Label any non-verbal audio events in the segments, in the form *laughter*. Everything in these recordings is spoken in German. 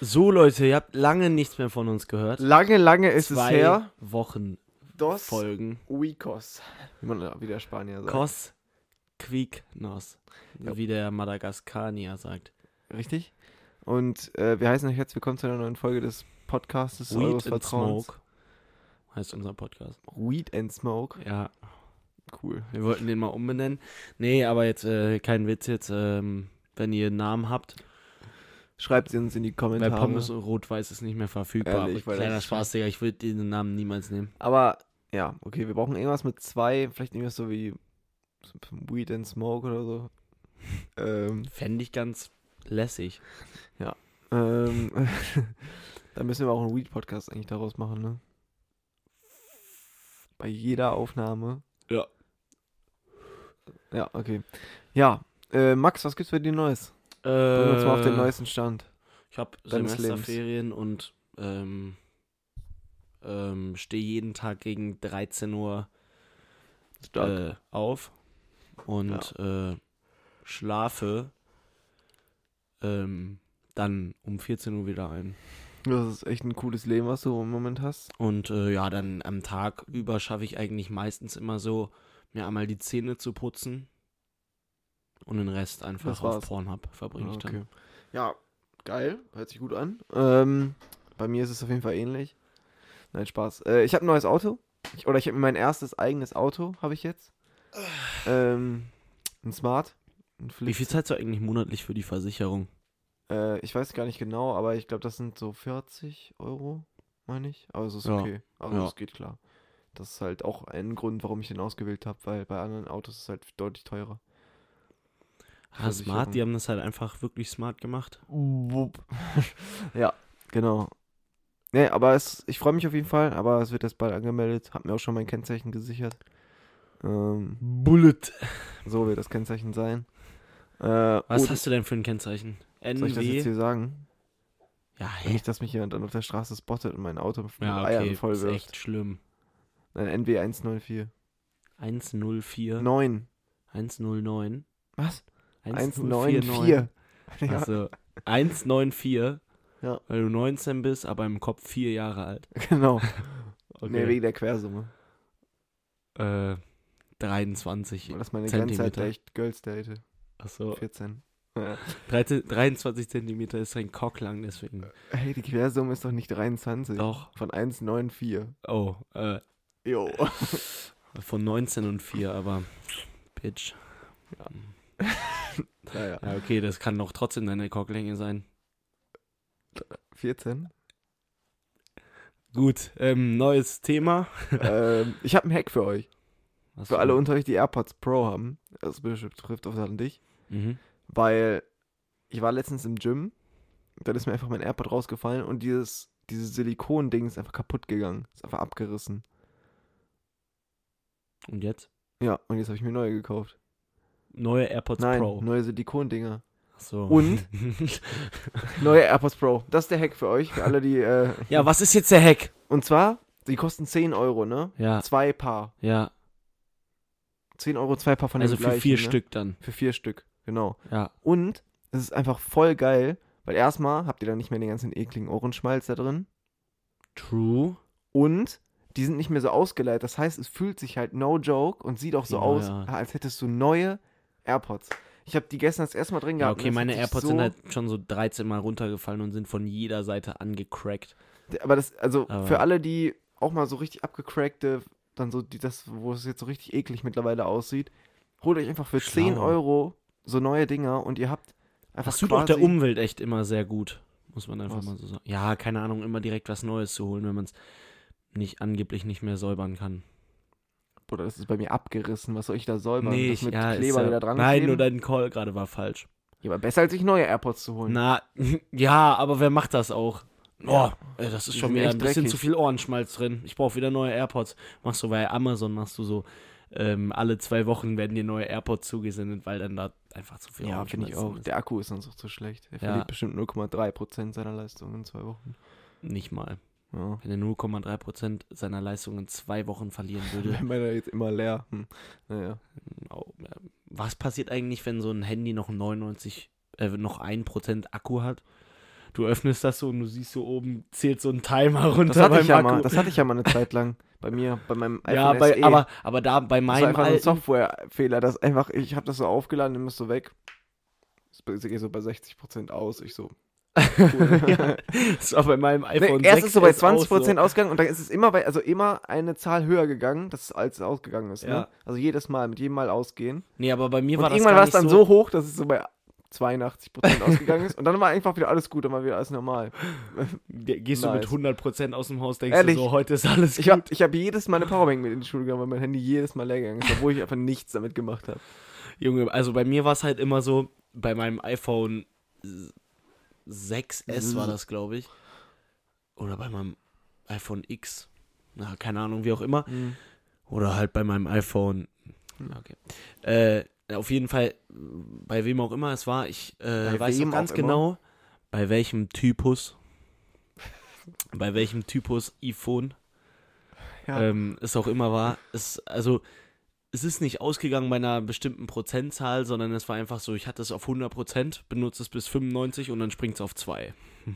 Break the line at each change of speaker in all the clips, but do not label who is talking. So, Leute, ihr habt lange nichts mehr von uns gehört.
Lange, lange ist
Also Zwei
es her.
Wochen
Dos
Folgen.
Uicos. Wie man wieder Spanier sagt.
Kos Quicknos.
Ja.
Wie der Madagaskanier sagt.
Richtig? Und äh, wir heißen euch jetzt willkommen zu einer neuen Folge des Podcastes eures
Weed and
Vertrauens.
Smoke heißt unser Podcast.
Weed and Smoke.
Ja,
Cool.
wir wollten den mal umbenennen. Nee, aber jetzt äh, kein Witz jetzt. Ähm, wenn ihr einen Namen habt,
Schreibt sie uns in die
weil
Kommentare.
Pommes und Rot-Weiß ist nicht mehr verfügbar.
Ehrlich,
aber
weil
kleiner
das-
Spaß, Digga, ich würde den Namen niemals nehmen.
Aber ja, okay, wir brauchen irgendwas mit zwei, vielleicht irgendwas so wie so Weed and Smoke
*laughs*
oder so. ähm,
Fände ich ganz lässig.
ähm, *laughs* dann müssen wir auch einen Weed-Podcast eigentlich daraus machen, ne? Bei jeder Aufnahme.
Ja.
Ja, okay. Ja, äh, Max, was gibt's für dir Neues?
Äh,
Bring uns mal auf den neuesten Stand.
Ich habe
deines
Semesterferien und ähm, ähm, stehe jeden Tag gegen 13 Uhr äh, auf und äh, schlafe ähm, dann um 14 Uhr wieder ein.
Das ist echt ein cooles Leben, was du im Moment hast.
Und äh, ja, dann am Tag über schaffe ich eigentlich meistens immer so, mir einmal die Zähne zu putzen und den Rest einfach
Das
auf
war's. Ah,
Pornhub verbringe ich dann.
Ja, geil. Hört sich gut an. Ähm, bei mir ist es auf jeden Fall ähnlich. Nein, Spaß. Äh, ich habe ein neues Auto. Ich, oder ich habe mir mein erstes eigenes Auto, habe ich jetzt. Ähm, ein Smart. Ein
Wie
Flip.
viel zahlst du eigentlich monatlich für die Versicherung?
Äh, ich weiß gar nicht genau, aber ich glaube, das sind so 40 Euro, meine ich. Aber es ist
Ja,
okay. Also
ja.
es geht klar. Das ist halt auch ein Grund, warum ich den ausgewählt habe, weil bei anderen Autos ist es halt deutlich teurer.
Ah,
Versicherung.
smart, die haben das halt einfach wirklich smart gemacht.
Wupp. *laughs* ja, genau. Nee, aber es, ich freue mich auf jeden Fall, aber es wird jetzt bald angemeldet. Hab mir auch schon mein Kennzeichen gesichert. Ähm,
Bullet.
so wird das Kennzeichen sein. Äh,
Was
und-
hast du denn für ein Kennzeichen?
soll ich das jetzt
NW?
hier sagen?
Ja, hä?
Nicht, dass mich jemand dann auf der Straße spottet und mein Auto mit
Ja,
Eiern
okay,
voll
ist
wirft. Äh,
echt schlimm.
Nein, NW 194.
104,
9.
109,
Was?
1049.
194. *laughs* Ja.
Also 194,
Ja.
weil du 19 bist, aber im Kopf 4 Jahre alt. *laughs*
Genau. Nee, wegen der Quersumme.
äh, 23.
Weil das meine ganze Zeit
Zentimeter.
echt Girls date.
Achso,
14. Ja.
13, 23 Zentimeter ist dein Cock lang, deswegen.
Hey, die Quersumme ist doch nicht 23.
Doch.
Von 1,94.
Oh, äh, *laughs*
Jo.
von 19 und 4, aber. Bitch.
Naja.
Ja, okay, das kann doch trotzdem deine Cocklänge sein. *laughs*
14.
Gut, ähm, neues Thema.
ähm, ich habe einen Hack für euch.
Was
Für alle unter euch, die AirPods Pro haben. Das betrifft auch dann dich.
Mhm.
Weil ich war letztens im Gym. Dann ist mir einfach mein AirPod rausgefallen und dieses, dieses Silikon-Ding ist einfach kaputt gegangen. Ist einfach abgerissen.
Und jetzt?
Ja, und jetzt habe ich mir neue gekauft.
Neue AirPods
Nein,
Pro.
neue Silikon-Dinger.
Ach So.
*laughs* Und? Neue AirPods Pro. Das ist der Hack für euch. Für alle,
*laughs*
die. Äh,
ja, was ist jetzt der Hack?
und zwar, die kosten 10 Euro, ne?
Ja,
Zwei Paar.
ja.
10 Euro, zwei Paar von
Also
dem
für
gleichen.
vier
ne?
Stück dann.
Für vier Stück, genau.
Ja.
Und es ist einfach voll geil, weil erstmal habt ihr dann nicht mehr den ganzen ekligen Ohrenschmalz da drin.
True.
Und die sind nicht mehr so ausgeleiert. Das heißt, es fühlt sich halt no joke und sieht auch so
Ja,
aus,
ja.
als hättest du neue AirPods. Ich habe die gestern das erste Mal drin
Ja,
gehabt. und
okay,
ne, das
meine
hat sich
AirPods
so,
sind halt schon so 13 Mal runtergefallen und sind von jeder Seite angecrackt.
Aber das, also
Aber-
für alle, die auch mal so richtig abgecrackte, dann so, die, das, wo es jetzt so richtig eklig mittlerweile aussieht, holt euch einfach für 10
Schlau.
Euro so neue Dinger und ihr habt einfach.
Das tut auch der
quasi-
Umwelt echt immer sehr gut. Muss man einfach
Was?
mal so sagen. Ja, keine Ahnung, immer direkt was Neues zu holen, wenn man es nicht angeblich nicht mehr säubern kann.
Bruder, das ist bei mir abgerissen. Was soll ich da säubern? das mit
ja, ist
Kleber
ja,
wieder dran
Nein,
kleben?
nur dein Call gerade war falsch.
Ja, aber besser als sich neue AirPods zu holen.
Na, *laughs* ja, aber wer macht das auch? Boah, ey, das ist
Die
schon
sind
wieder
echt
ein bisschen
dreckig.
zu viel Ohrenschmalz drin. Ich brauche wieder neue AirPods. Machst du bei Amazon, machst du so, ähm, alle zwei Wochen werden dir neue AirPods zugesendet, weil dann da einfach zu viel
ja, finde
Ohrenschmalz
ich auch.
drin ist.
Der Akku ist sonst auch zu schlecht. Er
Ja.
verliert bestimmt 0,3% seiner Leistung in zwei Wochen.
Nicht mal.
Ja.
Wenn er 0,3% seiner Leistung in zwei Wochen verlieren
*laughs*
würde.
Wenn meiner jetzt immer leer. Hm. Naja.
Au, äh, Was passiert eigentlich, wenn so ein Handy noch 99, äh, noch 1% Akku hat? Du öffnest das so und du siehst so oben, zählt so ein Timer runter
Das hatte,
beim
ich ja
Akku.
mal, das hatte ich ja mal eine Zeit lang bei mir, bei meinem
*laughs*
iPhone
ja, bei,
SE.
aber, aber da bei
E. das war
meinem
einfach so ein
alten,
Softwarefehler, dass einfach, ich habe das so aufgeladen, nimmst so weg. Es geht so bei 60% aus.
*laughs*
Ich so. Cool.
Ja, das war bei meinem iPhone
nee, Ne, erst
6
ist so bei
auch
20% ausgegangen und dann ist es immer bei, also immer eine Zahl höher gegangen, das, als es ausgegangen ist. Ne?
Ja.
Also jedes Mal, mit jedem Mal ausgehen.
Nee, aber bei mir
Und
war das
irgendwann
gar
war es
nicht
dann
so
so hoch, dass es so bei 82% ausgegangen ist. Und dann war einfach wieder alles gut, dann war wieder
*laughs*
alles normal.
Ge- Gehst
Nice.
du mit 100% aus dem Haus, denkst
Ehrlich?
du so, heute ist alles
Ich
gut.
habe ich hab jedes Mal eine Powerbank mit in die Schule genommen, weil mein Handy jedes Mal leer gegangen ist, obwohl ich einfach nichts damit gemacht
*laughs*
habe.
Junge, also bei mir war es halt immer so, bei meinem iPhone s-
Mhm.
6S war das, glaube ich. Oder bei meinem iPhone X. Na, keine Ahnung, wie auch immer. Oder halt bei meinem iPhone. Na, Okay. Äh, auf jeden Fall, bei wem auch immer es war, ich äh,
Bei
weiß
wem
noch ganz
auch immer?
genau, bei welchem Typus. bei welchem Typus iPhone
Ja.
ähm, es auch immer war. Es, also, es ist nicht ausgegangen bei einer bestimmten Prozentzahl, sondern es war einfach so, ich hatte es auf 100%, benutze es bis 95 und dann springt es auf 2. *laughs*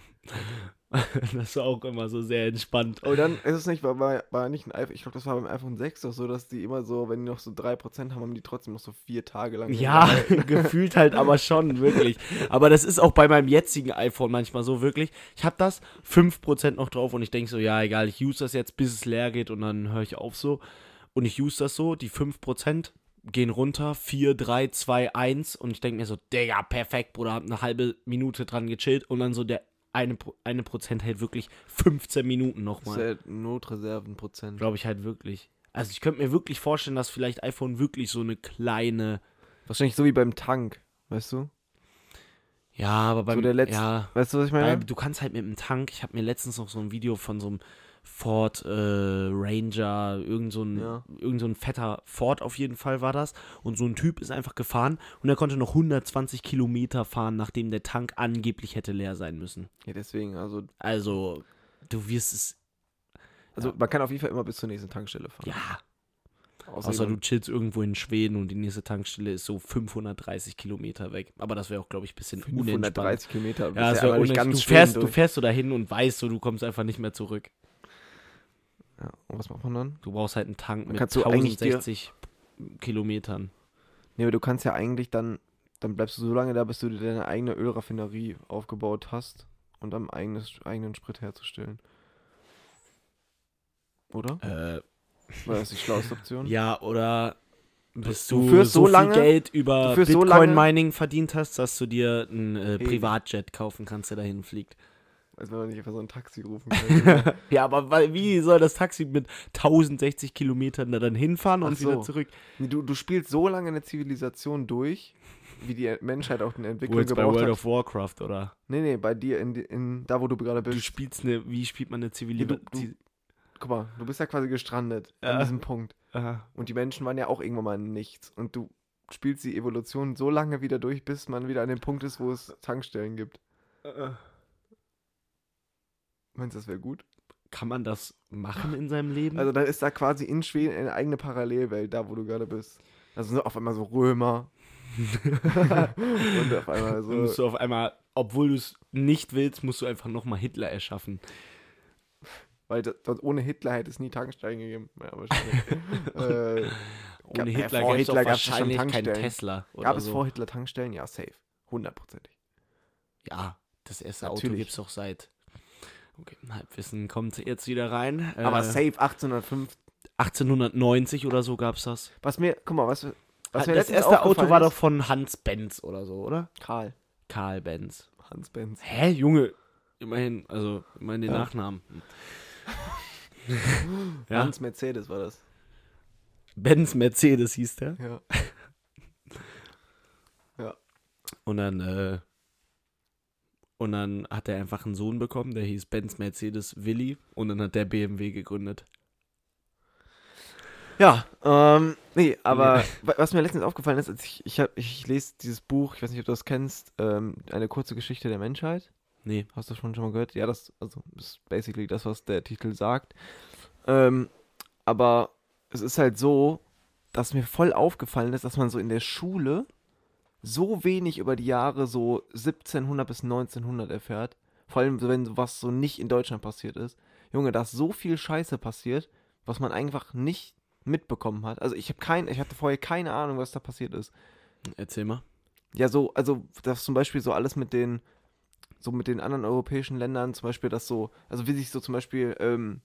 das war auch immer so sehr entspannt.
Oh, dann ist es nicht, war, war, war nicht ein iPhone, ich glaube, das war beim iPhone 6 doch so, dass die immer so, wenn die noch so 3% haben, haben die trotzdem noch so vier Tage lang.
Ja,
*laughs*
gefühlt halt aber schon, wirklich. Aber das ist auch bei meinem jetzigen iPhone manchmal so, wirklich. Ich habe das 5% noch drauf und ich denke so, ja, egal, ich use das jetzt, bis es leer geht und dann höre ich auf so. Und ich use das so, die 5% gehen runter, 4, 3, 2, 1 und ich denke mir so, Digga, perfekt, Bruder, hab eine halbe Minute dran gechillt und dann so der eine, Pro- eine Prozent hält wirklich 15 Minuten
Das
nochmal.
ist ja Notreservenprozent.
Glaube ich halt wirklich. Also ich könnte mir wirklich vorstellen, dass vielleicht iPhone wirklich so eine kleine,
Wahrscheinlich so wie beim Tank, weißt du?
ja, aber beim,
so der letzte.
ja,
Weißt du, was ich
Weil
meine?
du kannst halt mit dem Tank, ich habe mir letztens noch so ein Video von so einem Ford äh, Ranger, irgend so, ein,
Ja.
irgend so ein fetter Ford auf jeden Fall war das. Und so ein Typ ist einfach gefahren und er konnte noch 120 Kilometer fahren, nachdem der Tank angeblich hätte leer sein müssen.
Ja, deswegen, also,
Also, du wirst es,
also
Ja.
man kann auf jeden Fall immer bis zur nächsten Tankstelle fahren.
ja,
Außer,
außer du
jemand-
chillst irgendwo in Schweden und die nächste Tankstelle ist so 530 Kilometer weg. Aber das wäre auch, glaube ich, ein bisschen unentspannt.
530 Kilometer.
Ja, das wäre
aber nicht
unentspannt. Du
schön
fährst, du
durch.
fährst so dahin und weißt so, du kommst einfach nicht mehr zurück.
Ja, und was macht man dann?
Du brauchst halt einen Tank
Dann
mit
kannst du eigentlich dir-
1060 Kilometern.
Nee, aber du kannst ja eigentlich dann, dann bleibst du so lange da, bis du dir deine eigene Ölraffinerie aufgebaut hast und am eigenes, eigenen Sprit herzustellen.
*laughs*
Oder?
Äh,
War das die schlaueste Option?
ja, oder bist
Du
du,
führst so
viel
lange-
Geld über
du führst so lange-
Bitcoin-Mining verdient hast, dass du dir einen äh,
Hey.
Privatjet kaufen kannst, der dahin fliegt.
Als wenn man nicht einfach so ein Taxi rufen kann.
*laughs* ja, aber weil- wie soll das Taxi mit 1060 Kilometern da dann hinfahren und
Ach
wieder
so.
zurück?
nee, du, du spielst so lange eine Zivilisation durch, wie die Menschheit auch eine
Wo
Entwicklung
jetzt bei
gebraucht
World
hat.
of Warcraft, oder?
Nee, nee, bei dir, in, in, da wo du gerade
Du
bist.
spielst eine, wie spielt man eine
du-
Zivilisation?
du- Guck mal, du bist ja quasi gestrandet an
Ja.
diesem Punkt. Und die Menschen waren ja auch irgendwann mal nichts. Und du spielst die Evolution so lange wieder durch, bis man wieder an dem Punkt ist, wo es Tankstellen gibt. Meinst du, das wäre gut?
Kann man das machen in seinem Leben?
Also dann ist da quasi in Schweden eine eigene Parallelwelt, da wo du gerade bist. Also so auf einmal so Römer. Und auf einmal
Dann musst
so.
du auf einmal, obwohl du es nicht willst, musst du einfach nochmal Hitler erschaffen.
Weil das, das, ohne Hitler hätte es nie Tankstellen gegeben. Ja, wahrscheinlich. äh, Ja,
Ohne
ja,
Hitler
vor
gäbe es auch
Hitler gab's schon
wahrscheinlich keinen
Tankstellen.
Tesla. Oder
gab es
so.
vor Hitler Tankstellen? Ja, safe. Hundertprozentig.
Ja, das erste Auto
Natürlich.
gibt es doch seit. Okay, Halbwissen kommt jetzt wieder rein.
Aber
Äh,
safe 1805.
1890 oder so gab es das.
Was mir, guck mal, was, was mir
Ah, das
letztens
erste Auto
aufgefallen
war
ist-
doch von Hans Benz oder so, oder?
Karl.
Karl Benz.
Hans Benz.
Hä, Junge? Immerhin, also immerhin den
Ja.
Nachnamen.
*laughs*
ja,
Hans Mercedes war das.
Benz Mercedes hieß der.
Ja.
Und dann, äh, und dann hat er einfach einen Sohn bekommen, der hieß Benz Mercedes Willi und dann hat der BMW gegründet.
Ja, ähm, nee, aber *laughs* wa- was mir letztens aufgefallen ist, als ich, ich, hab, ich lese dieses Buch, ich weiß nicht, ob du das kennst, ähm, eine kurze Geschichte der Menschheit.
Nee.
Hast du schon schon mal gehört? Ja, das also ist basically das, was der Titel sagt. Ähm, aber es ist halt so, dass mir voll aufgefallen ist, dass man so in der Schule so wenig über die Jahre so 1700 bis 1900 erfährt, Vor allem, wenn sowas so nicht in Deutschland passiert ist. Junge, da ist so viel Scheiße passiert, was man einfach nicht mitbekommen hat. Also ich habe kein, ich hatte vorher keine Ahnung, was da passiert ist.
Erzähl mal.
Ja, so, also das zum Beispiel so alles mit den, so mit den anderen europäischen Ländern, zum Beispiel das so, also wie sich so zum Beispiel ähm,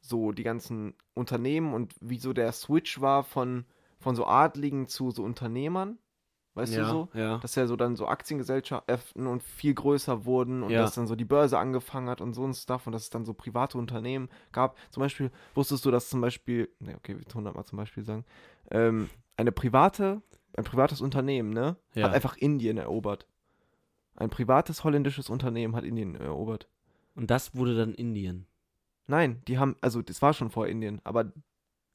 so die ganzen Unternehmen und wie so der Switch war von, von so Adligen zu so Unternehmern, weißt
ja,
du so?
Ja.
Dass ja so dann so Aktiengesellschaften und viel größer wurden und
Ja.
dass dann so die Börse angefangen hat und so ein Stuff und dass es dann so private Unternehmen gab. Zum Beispiel wusstest du, dass zum Beispiel, ne, okay, wir tun das mal zum Beispiel sagen, ähm, eine private, ein privates Unternehmen, ne,
Ja.
hat einfach Indien erobert. Ein privates holländisches Unternehmen hat Indien erobert.
Und das wurde dann Indien.
Nein, die haben, also das war schon vor Indien, aber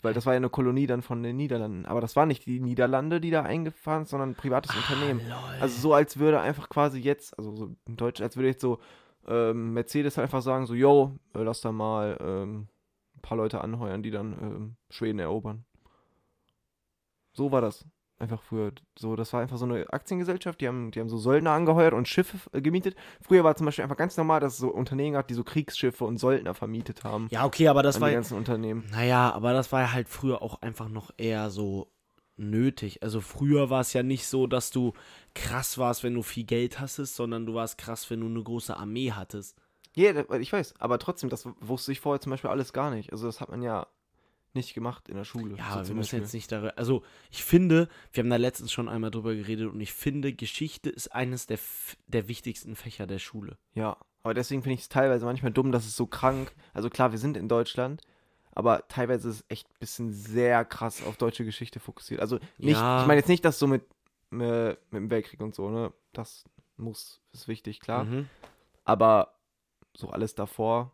weil das war ja eine Kolonie dann von den Niederlanden. Aber das war nicht die Niederlande, die da eingefahren sind, sondern ein privates
Ah,
Unternehmen.
lol.
Also so als würde einfach quasi jetzt, also so in Deutsch, als würde jetzt so ähm, Mercedes halt einfach sagen, so, yo, äh, lass da mal ähm, ein paar Leute anheuern, die dann ähm, Schweden erobern. So war das. Einfach früher. So, das war einfach so eine Aktiengesellschaft, die haben, die haben so Söldner angeheuert und Schiffe äh, gemietet. Früher war zum Beispiel einfach ganz normal, dass es so Unternehmen gab, die so Kriegsschiffe und Söldner vermietet haben
ja, okay, aber das
an
war.
die ganzen Unternehmen.
Naja, aber das war halt früher auch einfach noch eher so nötig. Also früher war es ja nicht so, dass du krass warst, wenn du viel Geld hattest, sondern du warst krass, wenn du eine große Armee hattest.
Ja, da- ich weiß, aber trotzdem, das wusste ich vorher zum Beispiel alles gar nicht. Also das hat man ja nicht gemacht in der Schule.
Ja,
so
aber wir
zum
müssen
Beispiel.
jetzt nicht darüber. Also, ich finde, wir haben da letztens schon einmal drüber geredet und ich finde, Geschichte ist eines der, f- der wichtigsten Fächer der Schule.
Ja, aber deswegen finde ich es teilweise manchmal dumm, dass es so krank. Also klar, wir sind in Deutschland, aber teilweise ist es echt ein bisschen sehr krass auf deutsche Geschichte fokussiert. Also nicht,
Ja.
ich meine jetzt nicht, dass so mit, äh, mit dem Weltkrieg und so, ne? Das muss, ist wichtig, klar.
Mhm.
Aber so alles davor,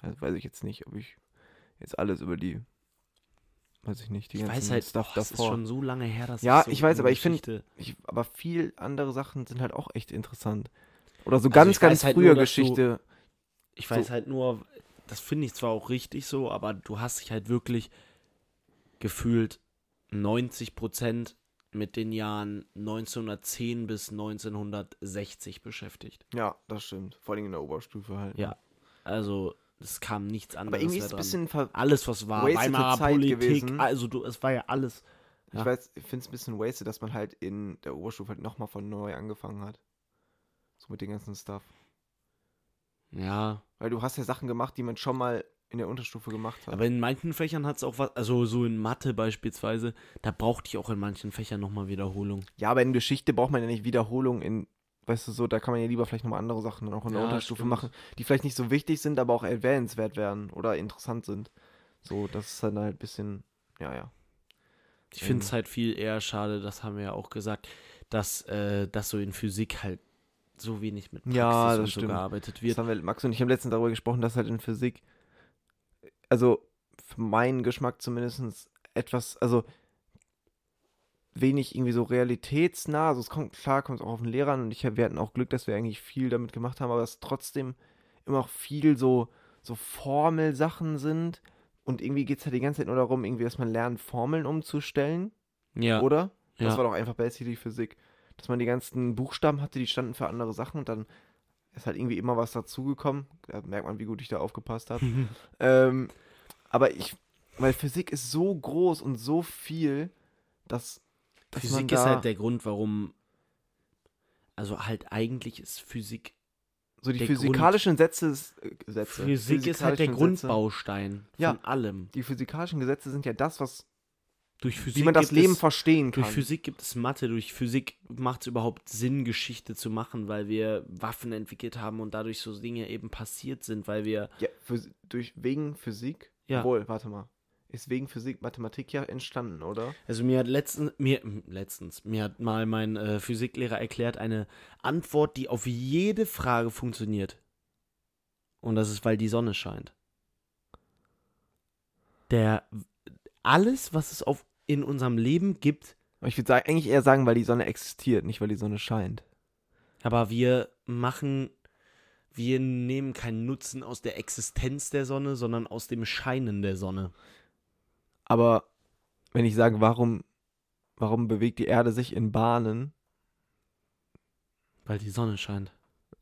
also weiß ich jetzt nicht, ob ich jetzt alles über die, weiß ich nicht, die
Ich
ganzen
weiß halt,
Stuff
oh, das ist
davor.
schon so lange her, dass
Ja,
so
ich weiß,
in
aber ich find-
Geschichte-
ich, aber viel andere Sachen sind halt auch echt interessant. Oder
Also
so ganz,
ich weiß
ganz
halt
frühe
nur, dass du-
Geschichte.
Ich weiß halt nur, das finde ich zwar auch richtig so, aber du hast dich halt wirklich gefühlt 90 Prozent mit den Jahren 1910 bis 1960 beschäftigt.
Ja, das stimmt. Vor allem in der Oberstufe halt.
Ja. Also, es kam nichts anderes.
Aber irgendwie
mehr
ist es ein
dran.
bisschen ver
Alles, was war,
wasted
Weimarer
Zeit
Politik,
gewesen.
also du, es war ja alles. Ja.
Ich weiß, ich finde es ein bisschen wasted, dass man halt in der Oberstufe halt nochmal von neu angefangen hat. So mit dem ganzen Stuff.
Ja.
Weil du hast ja Sachen gemacht, die man schon mal in der Unterstufe gemacht hat.
Aber in manchen Fächern hat es auch was, also so in Mathe beispielsweise, da brauchte ich auch in manchen Fächern nochmal Wiederholung.
ja, aber in Geschichte braucht man ja nicht Wiederholung in, weißt du so, da kann man ja lieber vielleicht nochmal andere Sachen dann auch in der
Ja,
Unterstufe
stimmt.
machen, die vielleicht nicht so wichtig sind, aber auch erwähnenswert werden oder interessant sind. So, das ist dann halt ein bisschen, ja, ja.
Ich finde es halt viel eher schade, das haben wir ja auch gesagt, dass, äh, dass so in Physik halt so wenig mit Praxis
Ja, das
und so
stimmt.
gearbeitet
Das
wird.
haben wir, Max und ich haben letztens darüber gesprochen, dass halt in Physik, also für meinen Geschmack zumindest etwas, also wenig irgendwie so realitätsnah. Also es kommt, klar, kommt auch auf den Lehrern und ich, hab- wir hatten auch Glück, dass wir eigentlich viel damit gemacht haben, aber dass trotzdem immer auch viel so, so Formelsachen sind und irgendwie geht es halt die ganze Zeit nur darum, irgendwie, dass man lernt, Formeln umzustellen,
Ja,
oder? Das
ja.
war doch einfach basically Physik. Dass man die ganzen Buchstaben hatte, die standen für andere Sachen und dann ist halt irgendwie immer was dazugekommen. Da merkt man, wie gut ich da
*laughs*
aufgepasst habe. ähm, aber ich, weil Physik ist so groß und so viel, dass, dass man
Physik
da
ist halt der Grund, warum. Also halt eigentlich ist Physik.
so die
der
physikalischen Sätze, ist- äh, Sätze.
Physik ist halt der
physikalischen
Grundbaustein
Ja.
von allem.
Sätze. Die physikalischen Gesetze sind ja das, was,
Durch Physik
wie man das
gibt
Leben
es,
verstehen kann.
Durch Physik gibt es Mathe, durch Physik macht es überhaupt Sinn, Geschichte zu machen, weil wir Waffen entwickelt haben und dadurch so Dinge eben passiert sind, weil wir.
Ja, Phys- durch, wegen Physik.
Ja.
Obwohl, warte mal. Ist wegen Physik Mathematik ja entstanden, oder?
Also mir hat letztens, mir, m, letztens, mir hat mal mein äh, Physiklehrer erklärt, eine Antwort, die auf jede Frage funktioniert. Und das ist, weil die Sonne scheint. Der alles, was es auf in unserem Leben gibt,
Aber ich würde sagen, eigentlich eher sagen, weil die Sonne existiert, nicht weil die Sonne scheint.
aber wir machen, wir nehmen keinen Nutzen aus der Existenz der Sonne, sondern aus dem Scheinen der Sonne.
Aber wenn ich sage, warum, warum bewegt die Erde sich in Bahnen?
Weil die Sonne scheint.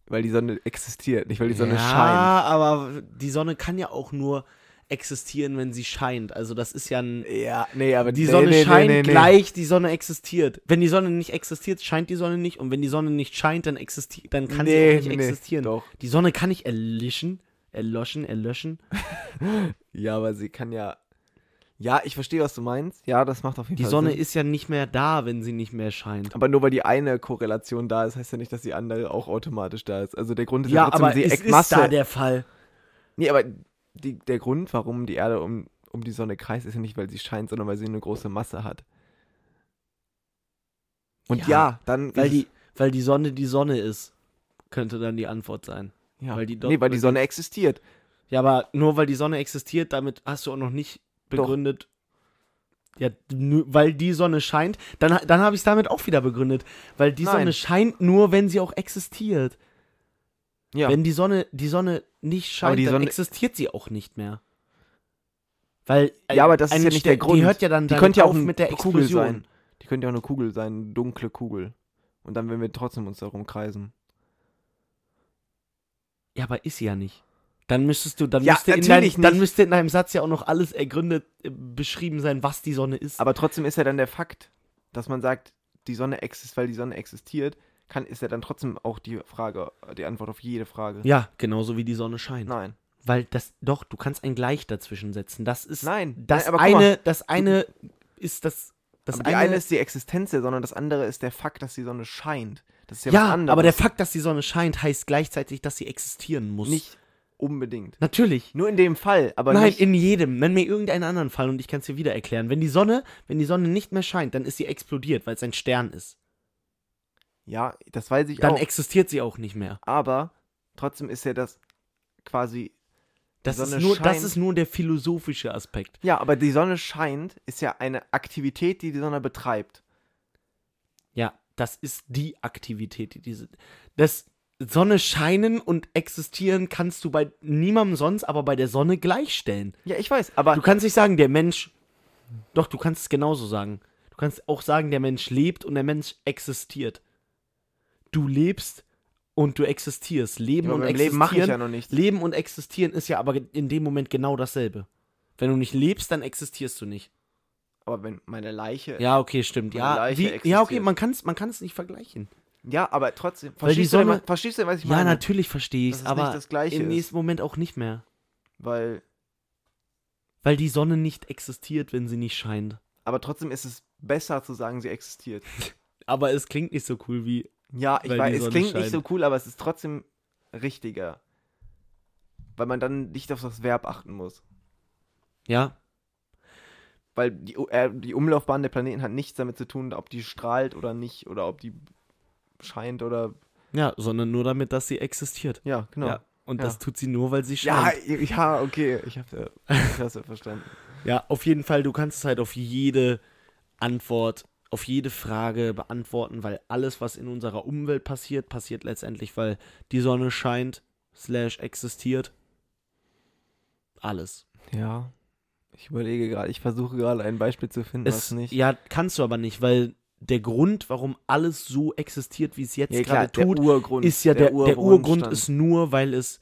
Weil die Sonne existiert, nicht weil die Sonne
ja,
scheint.
aber die Sonne kann ja auch nur existieren, wenn sie scheint. Also das ist ja ein.
Ja, nee, aber
Die Sonne scheint gleich, die Sonne existiert. Wenn die Sonne nicht existiert, scheint die Sonne nicht. Und wenn die Sonne nicht scheint, dann existiert, dann kann sie auch nicht existieren.
Doch.
Die Sonne kann nicht erlischen, erloschen, erlöschen.
Ja, aber sie kann ja. Ja, ich verstehe, was du meinst. Ja, das macht auf jeden
Die
Fall
Sonne
Sinn.
ist ja nicht mehr da, wenn sie nicht mehr scheint.
Aber nur weil die eine Korrelation da ist, heißt ja nicht, dass die andere auch automatisch da ist. Also der Grund ist ja,
Ja,
trotzdem
aber
die
es ist
Eckmasse.
da der Fall.
nee, aber die, der Grund, warum die Erde um, um die Sonne kreist, ist ja nicht, weil sie scheint, sondern weil sie eine große Masse hat. Und ja,
Ja,
dann.
Weil
ist-
die, weil die Sonne die Sonne ist, könnte dann die Antwort sein.
Ja.
weil die doch-
nee, weil die Sonne existiert.
Ja, aber nur weil die Sonne existiert, damit hast du auch noch nicht
Doch.
begründet. Ja, nö, weil die Sonne scheint, dann, dann habe ich es damit auch wieder begründet. Weil die
Nein.
Sonne scheint nur, wenn sie auch existiert.
Ja.
Wenn die Sonne, die Sonne nicht
Aber
scheint,
die
dann
Sonne-
existiert sie auch nicht mehr. Weil äh,
Ja, aber das ist
eine
ja nicht
Ste-
der Grund.
Die hört ja dann
Die
damit
könnte ja auch
auf
eine
mit der
Kugel
Explosion.
sein. Die könnte ja auch eine Kugel sein, eine dunkle Kugel. Und dann werden wir trotzdem uns darum kreisen.
Ja, aber ist sie ja nicht. Dann müsstest du, dann,
Ja,
müsste in dein,
natürlich
dann
nicht.
müsste in deinem Satz ja auch noch alles ergründet äh, beschrieben sein, was die Sonne ist.
Aber trotzdem ist ja dann der Fakt, dass man sagt, die Sonne existiert, weil die Sonne existiert, kann, ist ja dann trotzdem auch die Frage, die Antwort auf jede Frage.
ja, genauso wie die Sonne scheint.
Nein.
Weil das, doch, du kannst ein Gleich dazwischen setzen. Das ist.
Nein.
Das
Nein, aber guck
eine,
mal.
das eine ist das. Das
aber die eine ist die Existenz der Sonne, das andere ist der Fakt, dass die Sonne scheint. Das ist ja, was
ja,
anderes.
aber der Fakt, dass die Sonne scheint, heißt gleichzeitig, dass sie existieren muss.
Nicht unbedingt.
Natürlich.
Nur in dem Fall, aber
Nein,
nicht.
in jedem. Nenn mir irgendeinen anderen Fall und ich kann es dir wieder erklären. Wenn die Sonne, wenn die Sonne nicht mehr scheint, dann ist sie explodiert, weil es ein Stern ist.
Ja, das weiß ich
Dann
auch.
existiert sie auch nicht mehr.
Aber trotzdem ist ja das quasi
Das ist,
Sonne
nur, das
scheint.
ist nur der philosophische Aspekt.
Ja, aber die Sonne scheint ist ja eine Aktivität, die die Sonne betreibt.
Ja, das ist die Aktivität, die diese. Das Sonne scheinen und existieren kannst du bei niemandem sonst, aber bei der Sonne gleichstellen.
Ja, ich weiß, aber
Du kannst nicht sagen, der Mensch. Doch, du kannst es genauso sagen. Du kannst auch sagen, der Mensch lebt und der Mensch existiert. Du lebst und du existierst. Leben
ja, aber
und
beim
existieren.
Leben mache ich ja noch nichts.
Leben und existieren ist ja aber in dem Moment genau dasselbe. Wenn du nicht lebst, dann existierst du nicht.
aber wenn meine Leiche. Ja,
Ja, okay, stimmt.
Meine
Ja,
Leiche
wie, ja okay,
existiert.
man kann es man kann's nicht vergleichen.
aber trotzdem.
Weil die
verstehst du denn,
Sonne-
was- verstehst du, denn, was ich
Ja,
meine?
natürlich verstehe ich
Dass es
aber
nicht das Gleiche
im
ist.
nächsten Moment auch nicht mehr.
Weil,
Weil die Sonne nicht existiert, wenn sie nicht scheint.
aber trotzdem ist es besser zu sagen, sie existiert.
Aber es klingt nicht so cool wie.
Ja, ich
Weil die
weiß, es
Sonne
klingt nicht
scheint.
so cool, aber es ist trotzdem richtiger. Weil man dann nicht auf das Verb achten muss.
Ja,
Weil die, U- äh, die Umlaufbahn der Planeten hat nichts damit zu tun, ob die strahlt oder nicht oder ob die scheint oder.
ja, sondern nur damit, dass sie existiert.
Ja, genau.
Ja. Und
Ja.
das tut sie nur, weil sie
Ja,
scheint.
ja, okay. Ich habe das ja verstanden.
Ja. auf jeden Fall, du kannst es halt auf jede Antwort, auf jede Frage beantworten, weil alles, was in unserer Umwelt passiert, passiert letztendlich, weil die Sonne scheint, slash existiert. Alles.
Ja. Ich überlege gerade, ich versuche gerade ein Beispiel zu finden,
Es,
was nicht.
Ja, kannst du aber nicht, weil der Grund, warum alles so existiert, wie es jetzt
Ja,
gerade tut,
der Urgrund.
ist ja der, der, Urgrund
Urgrundstand.
ist nur, weil es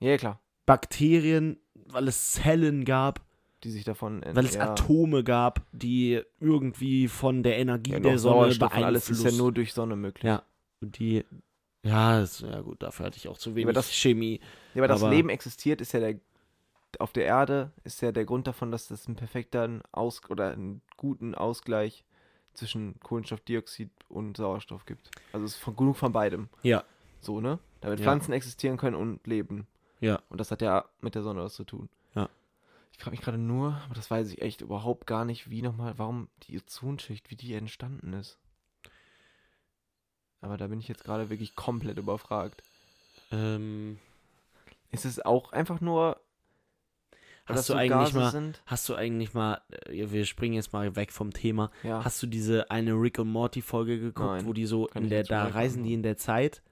Ja, klar.
Bakterien, weil es Zellen gab,
Die sich davon
weil es Atome gab, die irgendwie von der Energie
ja,
der
doch,
Sonne
Sauerstoff und alles ist ja
beeinflusst.
nur durch Sonne möglich.
Ja. Und die ja, ist, ja gut, dafür hatte ich auch zu wenig
das-
Chemie.
Ja, aber das
Aber-
Leben existiert, ist ja der auf der Erde ist ja der Grund davon, dass das einen perfekten Aus oder einen guten Ausgleich zwischen Kohlenstoffdioxid und Sauerstoff gibt. Also es ist von, genug von beidem.
Ja.
So, ne? Damit
Ja.
Pflanzen existieren können und leben.
Ja.
Und das hat ja mit der Sonne was zu tun.
Ja.
Ich frage mich gerade nur, aber das weiß ich echt überhaupt gar nicht, wie nochmal, warum die Ozonschicht, wie die entstanden ist. Aber da bin ich jetzt gerade wirklich komplett überfragt.
Ähm,
Ist es auch einfach nur, weil das
hast du
so
eigentlich
Gase
mal
sind?
hast du eigentlich mal äh, wir springen jetzt mal weg vom Thema.
Ja.
Hast du diese eine Rick und Morty Folge geguckt,
Nein,
wo die so
kann
in
ich
der
nicht so
da
direkt
reisen die in der Zeit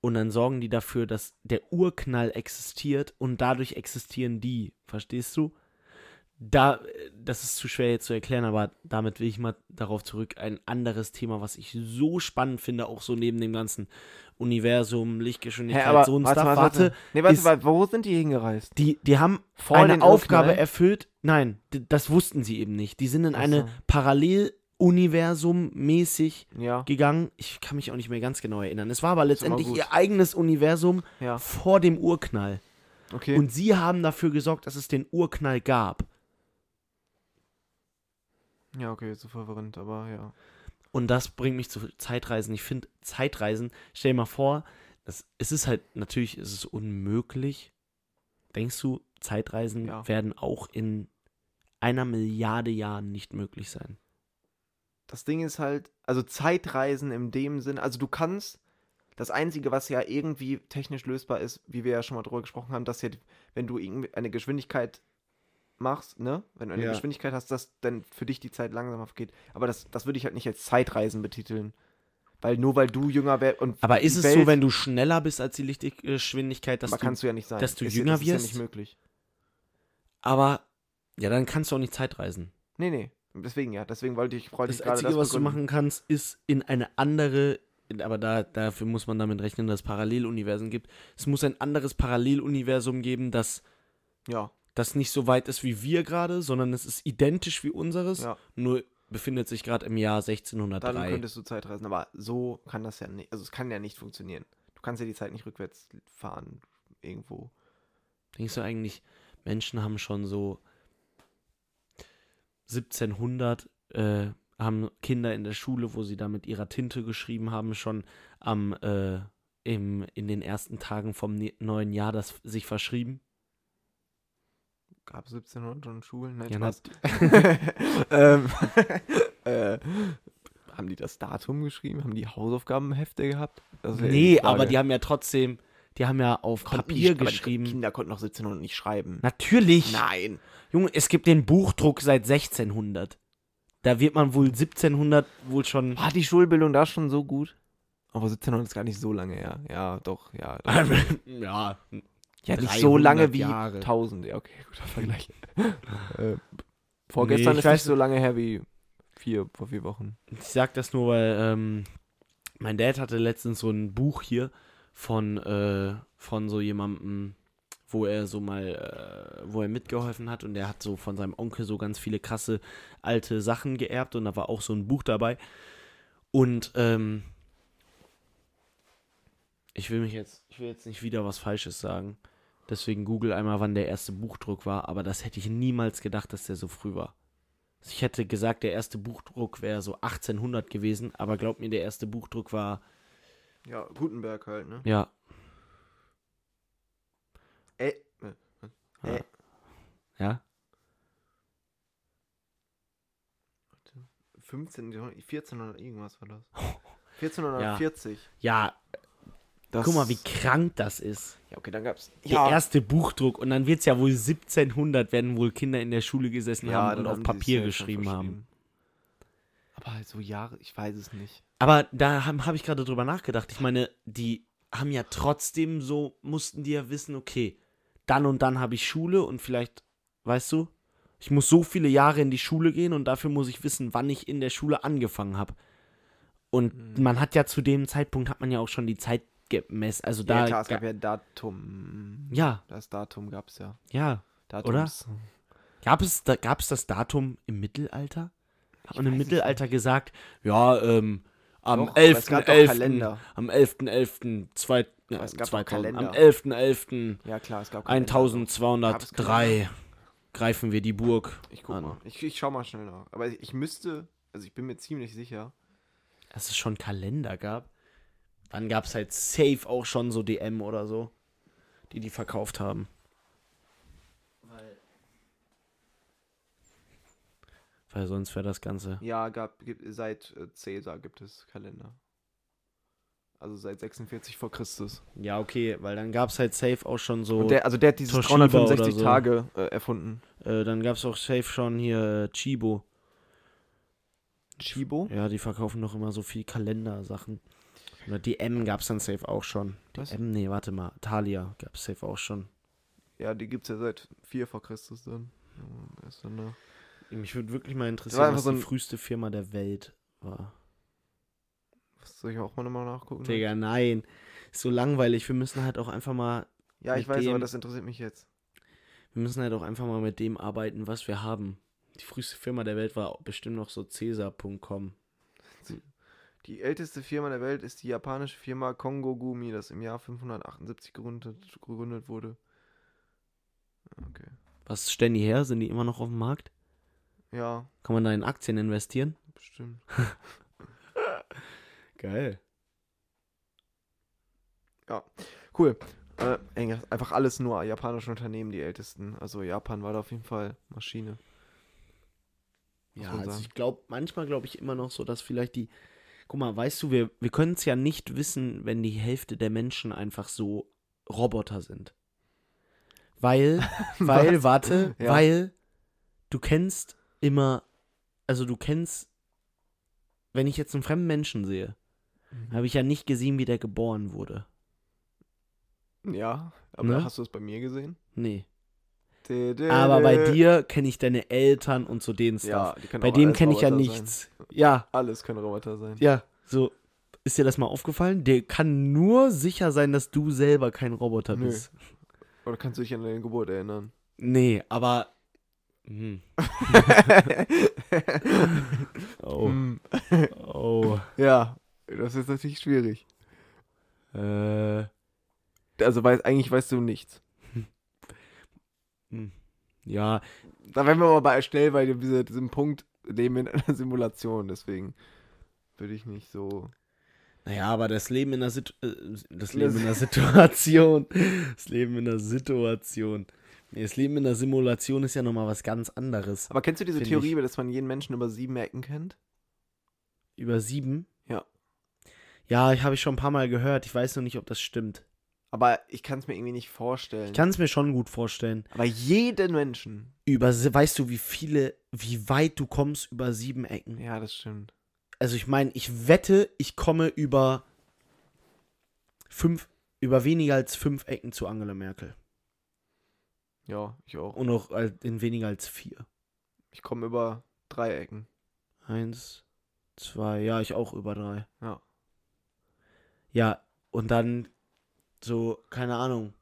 und dann sorgen die dafür, dass der Urknall existiert und dadurch existieren die, verstehst du? da, das ist zu schwer jetzt zu erklären, aber damit will ich mal darauf zurück. Ein anderes Thema, was ich so spannend finde, auch so neben dem ganzen Universum, Lichtgeschwindigkeit, so ein Stuff. Warte,
Nee, warte,
ist-
warte, wo sind die hingereist?
die, die haben
Vor den
eine Aufgabe
Urknall?
erfüllt. Nein, d- das wussten sie eben nicht. Die sind in
Ach
eine
so.
Paralleluniversum-mäßig
Ja,
gegangen. Ich kann mich auch nicht mehr ganz genau erinnern. Es war aber
ist immer
letztendlich
gut.
ihr eigenes Universum
ja,
vor dem Urknall.
okay.
Und sie haben dafür gesorgt, dass es den Urknall gab.
ja, okay, so verwirrend, aber ja.
Und das bringt mich zu Zeitreisen. Ich finde Zeitreisen, stell dir mal vor, das, es ist halt, natürlich ist es unmöglich. Denkst du, Zeitreisen
Ja.
werden auch in einer Milliarde Jahren nicht möglich sein?
Das Ding ist halt, also Zeitreisen in dem Sinn, also du kannst, das Einzige, was ja irgendwie technisch lösbar ist, wie wir ja schon mal drüber gesprochen haben, dass jetzt, wenn du irgendwie eine Geschwindigkeit machst, ne, wenn du eine
Ja.
Geschwindigkeit hast, dass dann für dich die Zeit langsamer vergeht. Aber das, das würde ich halt nicht als Zeitreisen betiteln. Weil nur weil du jünger wärst und
Aber ist
die
es
Welt-
so, wenn du schneller bist als die Lichtgeschwindigkeit, dass
aber
du,
kannst du ja nicht sein.
dass du
ist,
jünger
das
wirst?
Ist ja nicht möglich.
aber ja, dann kannst du auch nicht Zeitreisen.
Nee, nee. Deswegen ja. Deswegen wollte ich, wollte
Das
ich gerade
Einzige, was du
begründen.
machen kannst, ist in eine andere, in- aber da, dafür muss man damit rechnen, dass es Paralleluniversen gibt. Es muss ein anderes Paralleluniversum geben, das,
Ja,
das nicht so weit ist wie wir gerade, sondern es ist identisch wie unseres,
ja.
nur befindet sich gerade im Jahr
Dann
1603.
könntest du Zeitreisen. Aber so kann das ja nicht. Also es kann ja nicht funktionieren. Du kannst ja die Zeit nicht rückwärts fahren irgendwo.
Denkst du eigentlich, Menschen haben schon so 1700, äh, haben Kinder in der Schule, wo sie da mit ihrer Tinte geschrieben haben, schon am, äh, im, in den ersten Tagen vom ne neuen Jahr das f- sich verschrieben?
Gab es 1700 schon Schulen? Nein,
Ja,
Spaß. *laughs*
*laughs*
ähm, äh, haben die das Datum geschrieben? Haben die Hausaufgabenhefte gehabt? Das ist ja
nee,
die Frage.
aber die haben ja trotzdem, die haben ja auf
Konnten die-
Papier
aber die
geschrieben.
Kinder konnten noch 1700 nicht schreiben.
Natürlich.
Nein.
Junge, es gibt den Buchdruck seit 1600. Da wird man wohl 1700 wohl schon.
War die Schulbildung da schon so gut? Aber 1700 ist gar nicht so lange her. Ja, doch, ja. Doch.
*laughs* ja,
*laughs* Ja, nicht so lange
300
wie
Jahre.
1000. Ja, okay, guter Vergleich. Hm. *laughs* äh, vorgestern
Nee, ich
ist
weiß
nicht so lange her wie vier, vor vier Wochen.
Ich sag das nur, weil ähm, mein Dad hatte letztens so ein Buch hier von, äh, von so jemandem, wo er so mal, äh, wo er mitgeholfen hat und der hat so von seinem Onkel so ganz viele krasse alte Sachen geerbt und da war auch so ein Buch dabei. Und ähm, ich will mich jetzt, ich will jetzt nicht wieder was Falsches sagen. Deswegen google einmal, wann der erste Buchdruck war, aber das hätte ich niemals gedacht, dass der so früh war. Also Ich hätte gesagt, der erste Buchdruck wäre so 1800 gewesen, aber glaub mir, der erste Buchdruck war,
Ja, Gutenberg halt, ne?
ja,
Äh,
ja,
15, 1400 irgendwas war das. *laughs*
Ja.
1440.
ja,
Das,
guck mal, wie krank das ist.
Ja, okay, dann gab's.
Der erste Buchdruck und dann wird es ja wohl 1700 werden wohl Kinder in der Schule gesessen haben und
dann
auf
haben die es
Papier
ja schon
geschrieben haben.
verschrieben. Aber halt so Jahre, ich weiß es nicht.
Aber da habe hab ich gerade drüber nachgedacht. Ich meine, die haben ja trotzdem so, mussten die ja wissen, okay, dann und dann habe ich Schule und vielleicht, weißt du, ich muss so viele Jahre in die Schule gehen und dafür muss ich wissen, wann ich in der Schule angefangen habe. Und
Hm.
man hat ja zu dem Zeitpunkt, hat man ja auch schon die Zeit gemessen. Also da.
ja, klar, es
ga-
gab ja Datum.
ja,
Das Datum gab's ja.
ja.
Datums.
Gab es, da, gab es das Datum im Mittelalter? Hat man
weiß
im
es
Mittelalter gesagt, ja, ähm, am
Doch, aber es gab doch
11.11.
Kalender.
Am 11.11.2 ja,
Aber es gab doch
2000, am
Kalender.
11.11.
Ja, klar, es gab Kalender.
1203 greifen wir die Burg
Ich guck
an.
mal. Ich, ich schau mal schnell nach. Aber ich, ich müsste, also ich bin mir ziemlich sicher.
Dass es schon Kalender gab. Dann gab es halt safe auch schon so DM oder so, die die verkauft haben. Weil sonst wäre das Ganze.
Ja, gab, gibt, seit äh, Cäsar gibt es Kalender. Also seit 46 vor Christus.
Ja, okay, weil dann gab es halt safe auch schon so.
Und der, also der hat dieses
Toshiba oder
365
so.
Tage äh, erfunden.
äh, dann gab es auch safe schon hier äh, Chibo.
Chibo?
Ja, die verkaufen doch immer so viel Kalendersachen. Oder DM gab es dann safe auch schon.
Was?
DM, nee, warte mal. Thalia gab es safe auch schon.
Ja, die gibt's ja seit 4 vor Christus dann. Erst danach.
Mich würde wirklich mal
war
interessieren,
einfach
was
so
die
ein-
früheste Firma der Welt war.
Was soll ich auch mal nochmal nachgucken?
Digga, nein. Ist so langweilig. Wir müssen halt auch einfach mal,
Ja, ich
mit
weiß, aber
dem-
das interessiert mich jetzt.
wir müssen halt auch einfach mal mit dem arbeiten, was wir haben. Die früheste Firma der Welt war bestimmt noch so Caesar.com.
Die älteste Firma der Welt ist die japanische Firma Kongo Gumi, das im Jahr 578 gegründet, gegründet wurde. Okay.
Was stellen die her? Sind die immer noch auf dem Markt?
Ja,
Kann man da in Aktien investieren?
bestimmt.
Geil.
Cool. Äh, eng- einfach alles nur japanische Unternehmen, die ältesten. Also Japan war da auf jeden Fall Maschine. Muss
Ja,
man
also
sagen.
ich glaube, manchmal glaube ich immer noch so, dass vielleicht die. Guck mal, weißt du, wir, wir können es ja nicht wissen, wenn die Hälfte der Menschen einfach so Roboter sind.
*laughs*
Weil, weil, warte,
Ja.
weil du kennst immer, also du kennst, wenn ich jetzt einen fremden Menschen sehe,
Mhm.
habe ich ja nicht gesehen, wie der geboren wurde.
Ja, aber
Ne?
hast du es bei mir gesehen?
Nee. Aber bei dir kenne ich deine Eltern und so den Stuff.
Äh. ja, die können
Bei
auch
dem
alles
kenne ich ja
Roboter sein.
nichts. Ja,
Alles können Roboter sein.
Ja, so. Ist dir das mal aufgefallen? Dir kann nur sicher sein, dass du selber kein Roboter
Nö.
bist.
Oder kannst du dich an deine Geburt erinnern?
Nee, aber.
*laughs*
Hm. Oh.
Hm,
Oh.
ja, das ist natürlich schwierig.
Äh.
Also weiß, eigentlich weißt du nichts.
Ja,
Da wären wir aber bei, schnell bei dieser, diesem Punkt leben in einer Simulation, deswegen würde ich nicht so.
naja, aber das Leben in der Sit äh, das
In der
Leben
*laughs*
in der Situation, das Leben in der Situation. Nee, das Leben in der Simulation ist ja nochmal was ganz anderes.
Aber kennst du diese
Finde
Theorie, dass man jeden Menschen über sieben Ecken kennt?
Über sieben?
Ja.
Ja, ich habe ich schon ein paar Mal gehört. Ich weiß noch nicht, ob das stimmt.
Aber ich kann es mir irgendwie nicht vorstellen.
Ich kann es mir schon gut vorstellen.
aber jeden Menschen.
über, se- weißt du, wie viele, wie weit du kommst über sieben Ecken.
Ja, das stimmt.
Also ich meine, ich wette, ich komme über fünf, über weniger als fünf Ecken zu Angela Merkel.
Ja, ich auch.
Und auch äh, in weniger als vier.
Ich komme über drei Ecken.
Eins, zwei, ja, ich auch über drei.
Ja.
Ja, und dann so, keine Ahnung.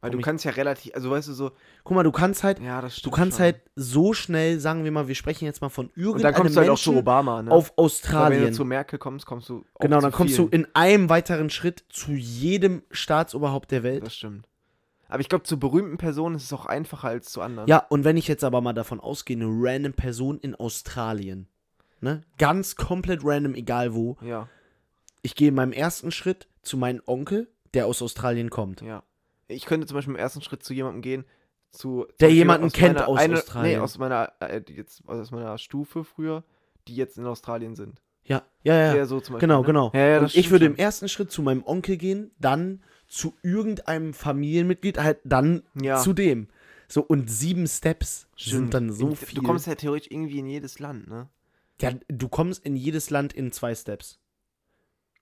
Weil
Komm
du
ich-
kannst ja relativ, also weißt du so,
Guck mal, du kannst halt,
ja, das
du
stimmt.
kannst
schon.
halt so schnell, sagen wir mal, wir sprechen jetzt mal von irgendeinem
Und dann kommst du halt auch
Menschen
zu Obama, ne?
auf
Aber
Australien.
Wenn du zu Merkel kommst, kommst du. auch
Genau,
zu
dann kommst
vielen.
du in einem weiteren Schritt zu jedem Staatsoberhaupt der Welt.
Das stimmt. Aber ich glaube, zu berühmten Personen ist es auch einfacher als zu anderen.
Ja, und wenn ich jetzt aber mal davon ausgehe, eine random Person in Australien, ne? Ganz komplett random, egal wo.
Ja,
Ich gehe in meinem ersten Schritt zu meinem Onkel, der aus Australien kommt.
ja. Ich könnte zum Beispiel im ersten Schritt zu jemandem gehen, zu.
Der
zum Beispiel
jemanden kennt
meiner,
aus
eine, Nee,
Australien.
aus meiner, äh, die jetzt, also aus meiner Stufe früher, die jetzt in Australien sind.
Ja, ja, ja.
Der so zum Beispiel,
genau,
ne?
genau.
Ja, ja, das
und ich
stimmt
würde
schon.
im ersten Schritt zu meinem Onkel gehen, dann zu irgendeinem Familienmitglied, halt dann
Ja.
zu dem. So, und sieben Steps sind
Stimmt.
dann so
In-
viel.
Du kommst ja theoretisch irgendwie in jedes Land, ne?
Ja, du kommst in jedes Land in zwei Steps.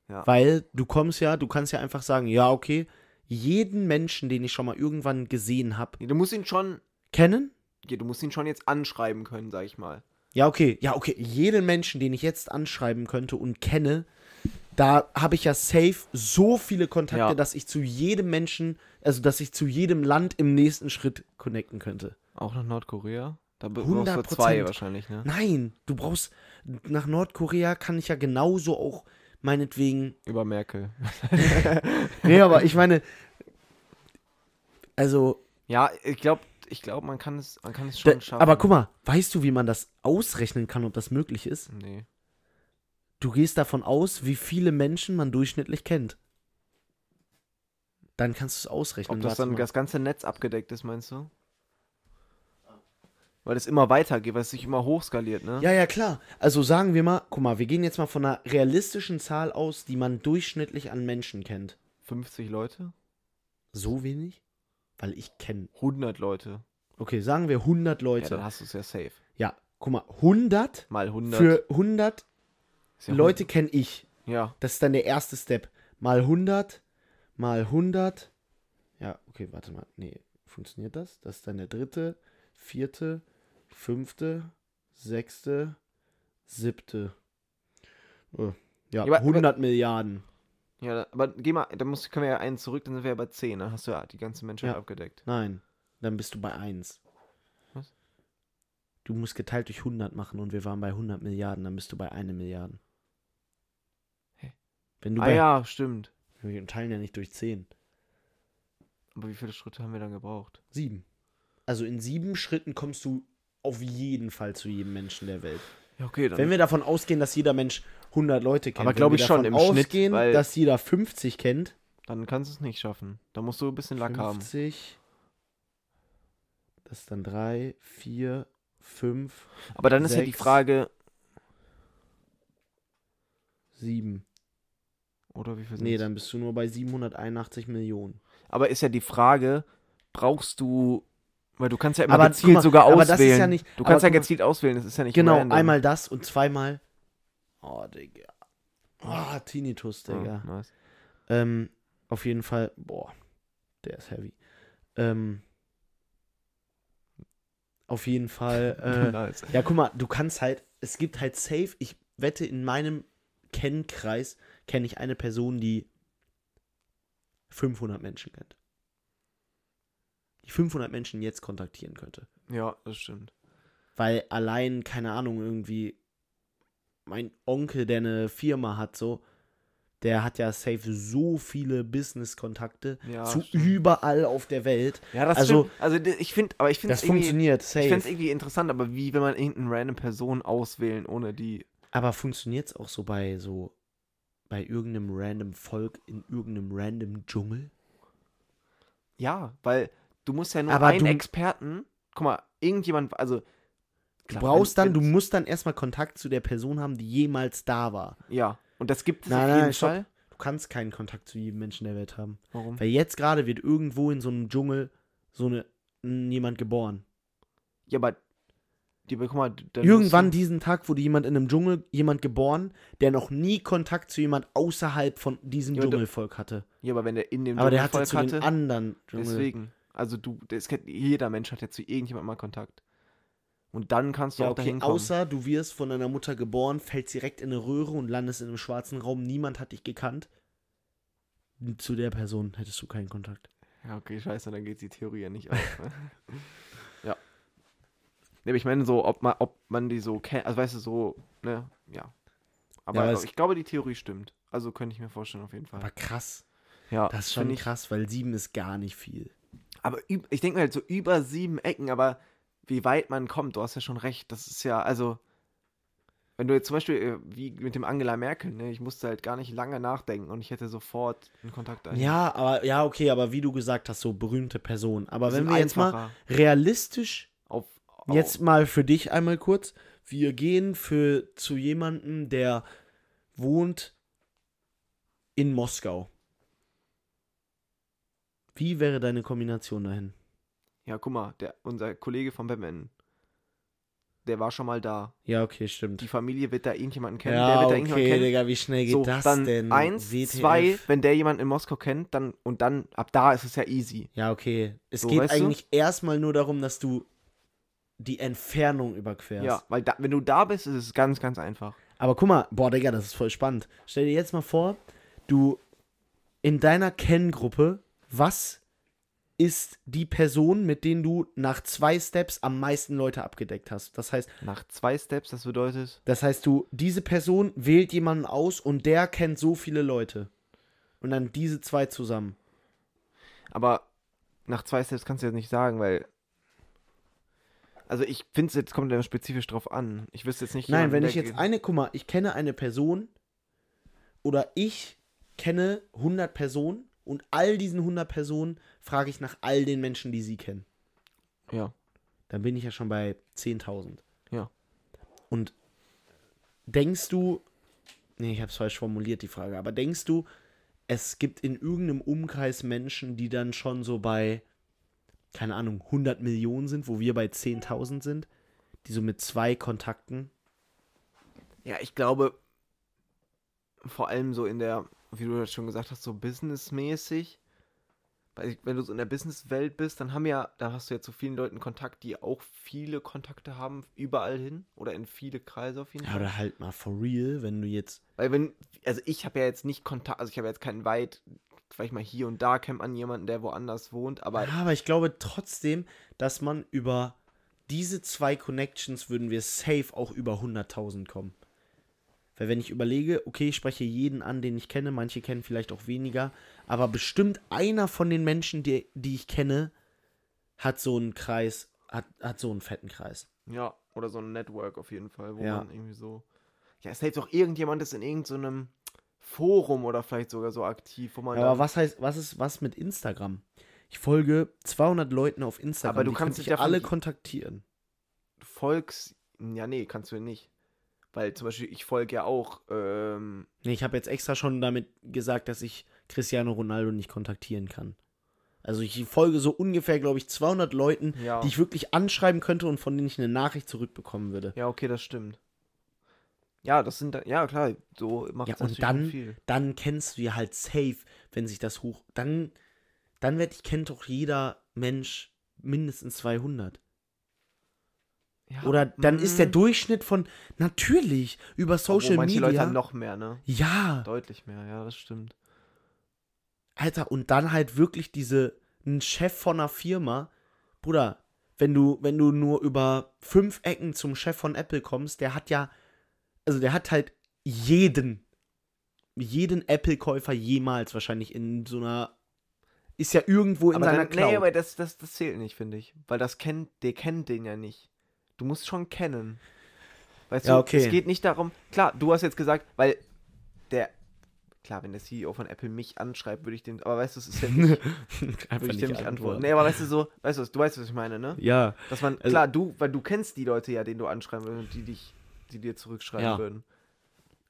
Ja.
Weil du kommst ja, du kannst ja einfach sagen, ja, okay, jeden Menschen, den ich schon mal irgendwann gesehen habe,
Nee, Du musst ihn schon,
kennen?
ja, du musst ihn schon jetzt anschreiben können, sag ich mal.
Ja, okay, ja, okay, jeden Menschen, den ich jetzt anschreiben könnte und kenne, da habe ich ja safe so viele Kontakte,
Ja.
dass ich zu jedem Menschen, also dass ich zu jedem Land im nächsten Schritt connecten könnte.
Auch nach Nordkorea? Da be-
100%.
brauchst du zwei wahrscheinlich, ne?
Nein, du brauchst, nach Nordkorea kann ich ja genauso auch meinetwegen
Über Merkel.
Nee, aber ich meine, also,
Ja, ich glaube, ich glaube, man kann es, man kann es
da,
schon schaffen.
aber guck mal, weißt du, wie man das ausrechnen kann, ob das möglich ist?
Nee.
Du gehst davon aus, wie viele Menschen man durchschnittlich kennt. Dann kannst du es ausrechnen.
Ob das
Warte
dann
mal.
das ganze Netz abgedeckt ist, meinst du? Weil es immer weitergeht, weil es sich immer hochskaliert, ne?
ja, ja, klar. Also sagen wir mal, guck mal, wir gehen jetzt mal von einer realistischen Zahl aus, die man durchschnittlich an Menschen kennt.
50 Leute?
So wenig? Weil ich kenne.
100 Leute.
Okay, sagen wir 100
Ja,
Leute.
dann
Ja,
hast du es ja safe.
guck mal, 100
Mal 100.
für 100
ist ja
Leute kenne ich.
100. Ja.
Das ist dann der erste Step. Mal 100, mal 100. Ja, okay, warte mal. Nee, funktioniert das? Das ist dann der dritte. vierte, fünfte, sechste, siebte. Äh, Ja,
Ja, aber-
100 Milliarden.
Ja, da- aber geh mal, dann muss, können wir ja einen zurück, dann sind wir ja bei 10. Dann hast du ja die ganze Menschheit
Ja.
abgedeckt.
Nein, dann bist du bei 1.
Was?
Du musst geteilt durch 100 machen und wir waren bei 100 Milliarden, dann bist du bei 1 Milliarde.
Hä?
Wenn du
ah
bei.
ja, stimmt.
Wir teilen ja nicht durch 10.
Aber wie viele Schritte haben wir dann gebraucht?
7. Also in 7 Schritten kommst du auf jeden Fall zu jedem Menschen der Welt.
Ja, okay, dann.
Wenn wir davon ausgehen, dass jeder Mensch 100 Leute kennt.
Aber
wenn
glaub
wir
ich schon
davon
im Schnitt,
ausgehen,
weil-
dass jeder 50 kennt.
dann kannst du es nicht schaffen. Da musst du ein bisschen Lack haben.
50. Das ist dann 3, 4, 5,
Aber dann ist ja die
sechs.
Frage,
7.
oder wie viel
Nee,
sind's?
dann bist du nur bei 781 Millionen.
Aber ist ja die Frage, brauchst du, weil du kannst ja immer
Aber guck
gezielt
mal,
sogar
aber
auswählen.
das ist ja nicht-
du
aber
kannst ja
guck mal-
gezielt auswählen, das ist ja nicht
Genau,
random.
einmal das und zweimal. Oh, Digga. Ah, Tinnitus, Digga.
Ja, nice.
Ähm, auf jeden Fall, boah, der ist heavy. Ähm, auf jeden Fall.
*laughs* nice.
Äh, ja, guck mal, du kannst halt, es gibt halt safe, ich wette, in meinem Kennkreis kenne ich eine Person, die 500 Menschen kennt. Die 500 Menschen jetzt kontaktieren könnte.
Ja, das stimmt.
Weil allein, keine Ahnung, irgendwie mein Onkel, der eine Firma hat, so, der hat ja safe so viele Business-Kontakte
Ja,
zu
stimmt.
überall auf der Welt.
Ja, das
Also-
stimmt. Also d- ich finde, aber ich finde
Das
es irgendwie,
funktioniert,
ich find's
safe.
irgendwie interessant, aber wie will man irgendeine random Person auswählen, ohne die.
Aber funktioniert es auch so bei so, bei irgendeinem random Volk in irgendeinem random Dschungel?
Ja, weil du musst ja nur
Aber
einen
du-
Experten. Guck mal, irgendjemand, also.
Du
klar,
brauchst
wenn-
dann, du
wenn-
musst dann erstmal Kontakt zu der Person haben, die jemals da war.
Ja, und das gibt es
Nein,
auf
nein,
jeden
stopp.
Fall.
Du kannst keinen Kontakt zu jedem Menschen der Welt haben.
Warum?
Weil jetzt gerade wird irgendwo in so einem Dschungel so eine, n- jemand geboren.
Ja, aber. Die, guck mal, dann musst
Irgendwann
du,
diesen Tag wurde jemand in einem Dschungel, jemand geboren, der noch nie Kontakt zu jemand außerhalb von diesem
Ja, aber da-
Dschungelvolk hatte.
Ja, aber wenn der in dem
Aber der hatte
Dschungelvolk
zu den anderen Dschungel.
Deswegen. Also du, das, kennt- jeder Mensch hat ja zu irgendjemandem mal Kontakt. Und dann kannst du
Ja,
auch
okay,
dahin kommen.
außer du wirst von deiner Mutter geboren, fällst direkt in eine Röhre und landest in einem schwarzen Raum, niemand hat dich gekannt. Zu der Person hättest du keinen Kontakt.
ja, okay, scheiße, dann geht die Theorie ja *laughs* nicht auf. Ne? ja. Nee, aber ich meine so, ob man, ob man die so kennt, also weißt du, so, ne, ja. Aber
aber es-
ich glaube, die Theorie stimmt. Also könnte ich mir vorstellen, auf jeden Fall.
Aber krass.
ja,
Das ist schon
find ich,
krass, weil sieben ist gar nicht viel.
Aber üb, ich denke mir halt so über sieben Ecken, aber wie weit man kommt, du hast ja schon recht. Das ist ja, also, wenn du jetzt zum Beispiel, äh, wie mit dem Angela Merkel, ne, ich musste halt gar nicht lange nachdenken und ich hätte sofort einen Kontakt ein.
Ja, aber ja, okay, aber wie du gesagt hast, so berühmte Personen. Aber
Das
wenn
ist
wir jetzt mal
einfacher.
realistisch
Auf, auf,
Jetzt mal für dich einmal kurz. Wir gehen für zu jemandem, der wohnt in Moskau. Wie wäre deine Kombination dahin?
Ja, guck mal, der, unser Kollege von Batman, der war schon mal da.
Ja, okay, stimmt.
Die Familie wird da irgendjemanden kennen. der
Ja,
wird da irgendjemanden
okay,
kennen.
Digga, wie schnell geht
so,
das
dann
denn?
eins,
WTF?
zwei, wenn der jemand in Moskau kennt, dann und dann ab da ist es ja easy.
Ja, okay. Es
So,
geht
weißt du?
eigentlich erstmal nur darum, dass du die Entfernung überquerst.
Ja, weil da, wenn du da bist, ist es ganz, ganz einfach.
Aber guck mal, boah, Digga, das ist voll spannend. Stell dir jetzt mal vor, du in deiner Kenngruppe, was ist die Person, mit denen du nach zwei Steps am meisten Leute abgedeckt hast? Das heißt,
Nach zwei Steps, das bedeutet,
das heißt, du, diese Person wählt jemanden aus und der kennt so viele Leute. Und dann diese zwei zusammen.
aber nach zwei Steps kannst du jetzt nicht sagen, weil. Also ich finde es jetzt kommt ja spezifisch drauf an. Ich wüsste jetzt nicht.
Nein,
jemanden,
wenn
der
ich jetzt
ge-
eine, guck mal, ich kenne eine Person oder ich kenne 100 Personen und all diesen 100 Personen frage ich nach all den Menschen, die sie kennen.
Ja.
dann bin ich ja schon bei 10.000.
Ja.
Und denkst du, nee, ich habe es falsch formuliert, die Frage, aber denkst du, es gibt in irgendeinem Umkreis Menschen, die dann schon so bei, keine Ahnung, 100 Millionen sind, wo wir bei 10.000 sind, die so mit zwei Kontakten,
Ja, ich glaube, vor allem so in der, wie du das schon gesagt hast, so businessmäßig, Weil ich- wenn du so in der Businesswelt bist, dann haben ja, da hast du ja zu vielen Leuten Kontakt, die auch viele Kontakte haben, überall hin oder in viele Kreise auf jeden
Ja,
Fall.
oder halt mal for real, wenn du jetzt.
Weil wenn, also ich habe ja jetzt nicht Kontakt, also ich habe jetzt keinen weit, vielleicht mal hier und da Camp an jemanden, der woanders wohnt, aber
Ja, aber ich glaube trotzdem, dass man über diese zwei Connections würden wir safe auch über 100.000 kommen. Weil wenn ich überlege, okay, ich spreche jeden an, den ich kenne, manche kennen vielleicht auch weniger, aber bestimmt einer von den Menschen, die, die ich kenne, hat so einen Kreis, hat, hat so einen fetten Kreis.
ja, oder so ein Network auf jeden Fall, wo
Ja.
man irgendwie so. Ja, es hält doch irgendjemand ist in irgendeinem Forum oder vielleicht sogar so aktiv, wo man.
Ja, aber
dann-
was heißt, was ist was mit Instagram? Ich folge 200 Leuten auf Instagram,
Aber du
die
kannst
ich
dich ja von
alle
je-
kontaktieren.
du folgst. Ja, nee, kannst du nicht. Weil zum Beispiel, ich folge ja auch, ähm,
Nee, ich habe jetzt extra schon damit gesagt, dass ich Cristiano Ronaldo nicht kontaktieren kann. Also ich folge so ungefähr, glaube ich, 200 Leuten,
ja.
die ich wirklich anschreiben könnte und von denen ich eine Nachricht zurückbekommen würde.
ja, okay, das stimmt. Ja, das sind, da- ja klar, so macht
Ja,
es
und
natürlich
dann-
viel.
Dann kennst du ja halt safe, wenn sich das hoch... Dann, dann wird, kennt doch jeder Mensch mindestens 200.
Ja,
Oder dann ist der
mm.
Durchschnitt von... Natürlich, über Social
Obwohl manche
Media...
Leute haben noch mehr, ne?
ja,
Deutlich mehr, ja, das stimmt.
Alter, und dann halt wirklich diese, ein Chef von einer Firma, Bruder, wenn du, wenn du nur über fünf Ecken zum Chef von Apple kommst, der hat ja, also der hat halt jeden, jeden Apple-Käufer jemals wahrscheinlich in so einer, ist ja irgendwo in
Aber
seiner
dann,
Cloud. *laughs*
nee, aber *laughs* das, das, das zählt nicht, finde ich. Weil das kennt, der kennt den ja nicht. Du musst schon kennen. Weißt
Ja,
du,
okay.
es geht nicht darum, klar, du hast jetzt gesagt, weil der, klar, wenn der CEO von Apple mich anschreibt, würde ich dem, aber weißt du, es ist
*laughs*
ja nicht,
Einfach
würde ich dem nicht antworten. Nee, aber weißt du so, weißt du, du weißt, was ich meine, ne?
Ja,
Dass man,
Also-
klar, du, weil du kennst die Leute ja, denen du anschreiben würdest und die dich, die dir zurückschreiben
Ja.
würden.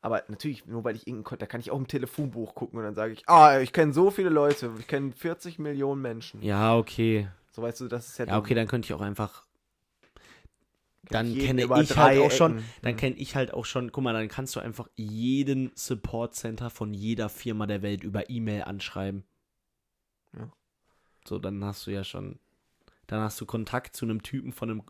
Aber natürlich, nur weil ich irgendeinen Kon- da kann ich auch im Telefonbuch gucken und dann sage ich, ah, ich kenne so viele Leute, ich kenne 40 Millionen Menschen.
ja, okay.
So weißt du, das ist ja,
Ja, okay,
dumm.
dann könnte ich auch einfach.
Kenn
Dann
Ähm, jeden
kenne
über
ich halt
drei
auch schon,
Ecken.
dann kenne ich halt auch schon, guck mal, dann kannst du einfach jeden Support Center von jeder Firma der Welt über E-Mail anschreiben.
Ja.
So, dann hast du ja schon, dann hast du Kontakt zu einem Typen von einem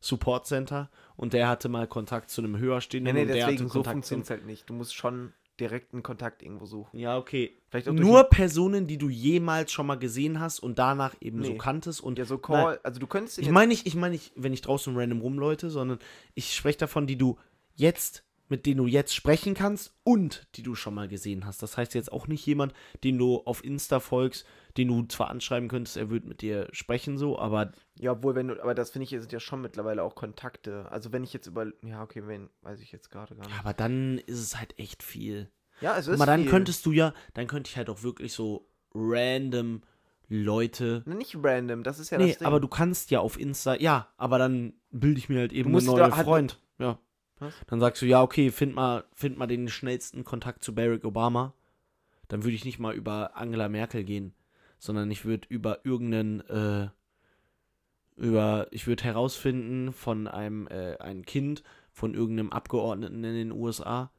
Support Center und der hatte mal Kontakt zu einem
Nee,
höherstehenden
nee,
und der hatte
deswegen so
Kontakt
funktioniert es halt nicht. Du musst schon direkten Kontakt irgendwo suchen.
Ja, okay.
Vielleicht auch durch
Nur Personen, die du jemals schon mal gesehen hast und danach eben so
Nee.
kanntest und
einen- ja, so Call, also du könntest ihn
Ich meine nicht, ich meine nicht, wenn ich draußen random rumläute, sondern ich spreche davon, die du jetzt, mit denen du jetzt sprechen kannst und die du schon mal gesehen hast. Das heißt jetzt auch nicht jemand, den du auf Insta folgst, den du zwar anschreiben könntest, er würde mit dir sprechen so, aber
jetzt, ja, obwohl, wenn du, aber das finde ich, sind ja schon mittlerweile auch Kontakte. Also wenn ich jetzt über, ja, okay, wen, weiß ich jetzt gerade gar nicht.
aber dann ist es halt echt viel.
Ja, es ist
aber dann
viel.
könntest du ja, dann könnte ich halt auch wirklich so random Leute
Na, Ne, Nicht random, das ist ja
Nee,
das Ding.
aber du kannst ja auf Insta, ja, aber dann bilde ich mir halt eben
musst
einen neuen
da- hat-
Freund. Ja.
Was?
Dann sagst du, ja, okay, find mal, find mal den schnellsten Kontakt zu Barack Obama. Dann würde ich nicht mal über Angela Merkel gehen, sondern ich würde über irgendeinen, äh, über, ich würde herausfinden von einem, äh, ein Kind von irgendeinem Abgeordneten in den USA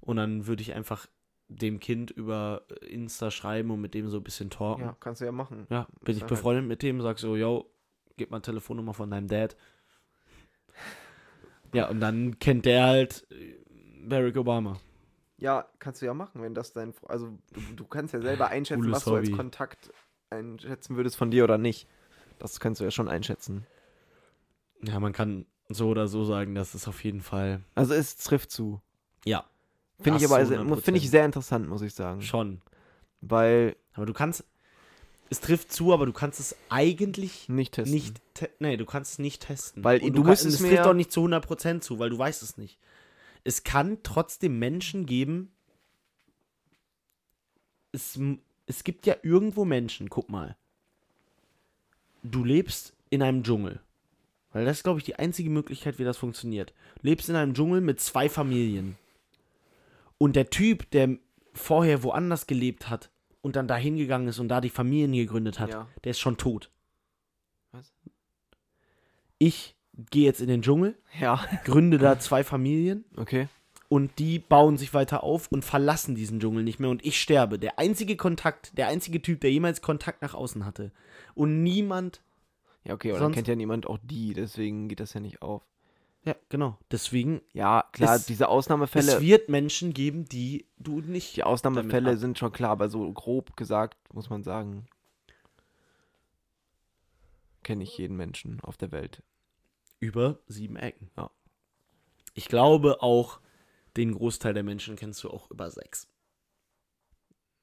und dann würde ich einfach dem Kind über Insta schreiben und mit dem so ein bisschen talken.
ja, kannst du ja machen.
Ja, bin
Ist
ich
ja
befreundet mit dem, sag so, yo, gib mal Telefonnummer von deinem Dad. Ja, und dann kennt der halt äh, Barack Obama.
Ja, kannst du ja machen, wenn das dein, Fre- also du, du kannst ja selber einschätzen,
*laughs* Cooles
was du als
Hobby.
Kontakt einschätzen würdest von dir oder nicht. Das kannst du ja schon einschätzen.
Ja, man kann so oder so sagen, das ist auf jeden Fall
Also es trifft zu.
Ja.
Finde ich
Das
aber
zu
sehr- mu- finde
100%.
ich sehr interessant, muss ich sagen.
schon.
Weil
Aber du kannst, es trifft zu, aber du kannst es eigentlich
nicht testen.
nicht, te nee, du kannst es nicht testen.
Weil
und
du
kann-
müsstest
es
mir
trifft
ja-
auch nicht zu 100% zu, weil du weißt es nicht. Es kann trotzdem Menschen geben, es, m- es gibt ja irgendwo Menschen, guck mal. Du lebst in einem Dschungel. Weil das ist, glaube ich, die einzige Möglichkeit, wie das funktioniert. Du lebst in einem Dschungel mit zwei Familien. Und der Typ, der vorher woanders gelebt hat und dann dahin gegangen ist und da die Familien gegründet hat,
Ja.
der ist schon tot.
Was?
Ich gehe jetzt in den Dschungel,
Ja.
gründe da zwei Familien
Okay.
und die bauen sich weiter auf und verlassen diesen Dschungel nicht mehr und ich sterbe. Der einzige Kontakt, der einzige Typ, der jemals Kontakt nach außen hatte. Und niemand,
Ja, okay, aber dann
Sonst-
kennt ja niemand auch die, deswegen geht das ja nicht auf.
ja, genau. Deswegen,
Ja, klar,
Es-
diese Ausnahmefälle.
es wird Menschen geben, die du nicht.
Die Ausnahmefälle
damit ab.
sind schon klar, aber so grob gesagt muss man sagen, kenne ich jeden Menschen auf der Welt.
Über sieben Ecken.
Ja.
Ich glaube auch, den Großteil der Menschen kennst du auch über sechs.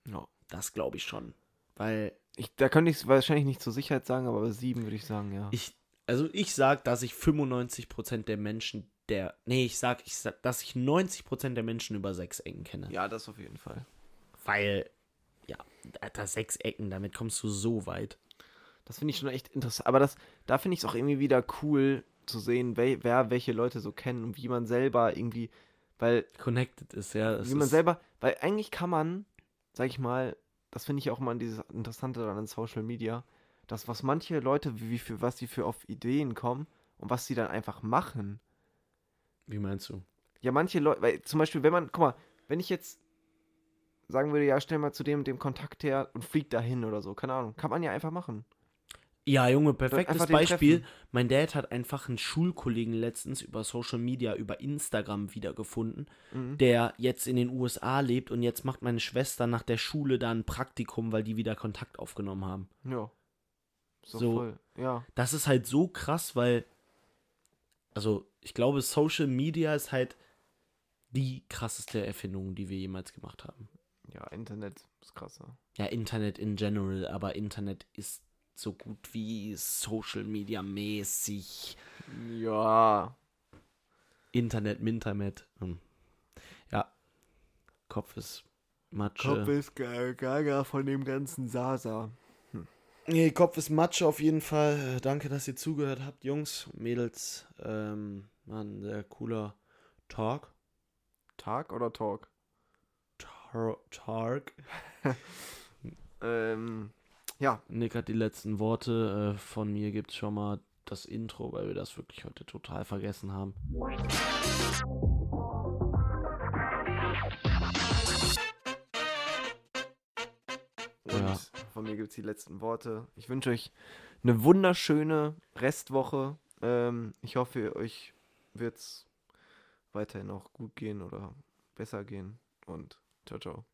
Ja.
Das glaube ich schon. Weil
Ich, da könnte ich es wahrscheinlich nicht zur Sicherheit sagen, aber bei sieben würde ich sagen, ja.
Ich, also ich sag, dass ich 95% der Menschen der, nee, ich sag, ich sag, dass ich 90% der Menschen über sechs Ecken kenne.
ja, das auf jeden Fall.
Weil, ja, Alter, sechs Ecken, damit kommst du so weit.
Das finde ich schon echt interessant. Aber das, da finde ich es auch irgendwie wieder cool zu sehen, wel, wer welche Leute so kennen und wie man selber irgendwie, weil
Connected ist, ja. es
wie man
ist,
selber, weil eigentlich kann man, sag ich mal, das finde ich auch mal dieses Interessante daran in Social Media, dass was manche Leute, wie, wie für, was sie für auf Ideen kommen und was sie dann einfach machen.
Wie meinst du?
Ja, manche Leute, weil zum Beispiel, wenn man, guck mal, wenn ich jetzt sagen würde, ja, stell mal zu dem und dem Kontakt her und flieg dahin oder so, keine Ahnung, kann man ja einfach machen.
Ja, Junge, perfektes
einfach den
Beispiel.
treffen.
Mein Dad hat einfach einen Schulkollegen letztens über Social Media, über Instagram wiedergefunden,
Mhm.
der jetzt in den USA lebt und jetzt macht meine Schwester nach der Schule da ein Praktikum, weil die wieder Kontakt aufgenommen haben.
Ja. So,
So.
voll. Ja.
das ist halt so krass, weil, also ich glaube, Social Media ist halt die krasseste Erfindung, die wir jemals gemacht haben.
Ja, Internet ist krasser.
Ja, Internet in general, aber Internet ist so gut wie Social Media mäßig.
Ja.
Internet, Minternet. Hm. Ja, Kopf ist Matsche.
ist Gaga von dem ganzen Sasa.
Nee, Kopf ist Matsche auf jeden Fall. Äh, Danke, dass ihr zugehört habt, Jungs, Mädels. Ähm, Mann, sehr cooler Talk.
Tag oder Talk?
Tar Tark.
Ähm, ja,
Nick hat die letzten Worte. Äh, Von mir gibt es schon mal das Intro, weil wir das wirklich heute total vergessen haben.
und
Ja.
von mir gibt es die letzten Worte. Ich wünsche euch eine wunderschöne Restwoche. Ähm, ich hoffe, euch wird es weiterhin auch gut gehen oder besser gehen. Und ciao, ciao.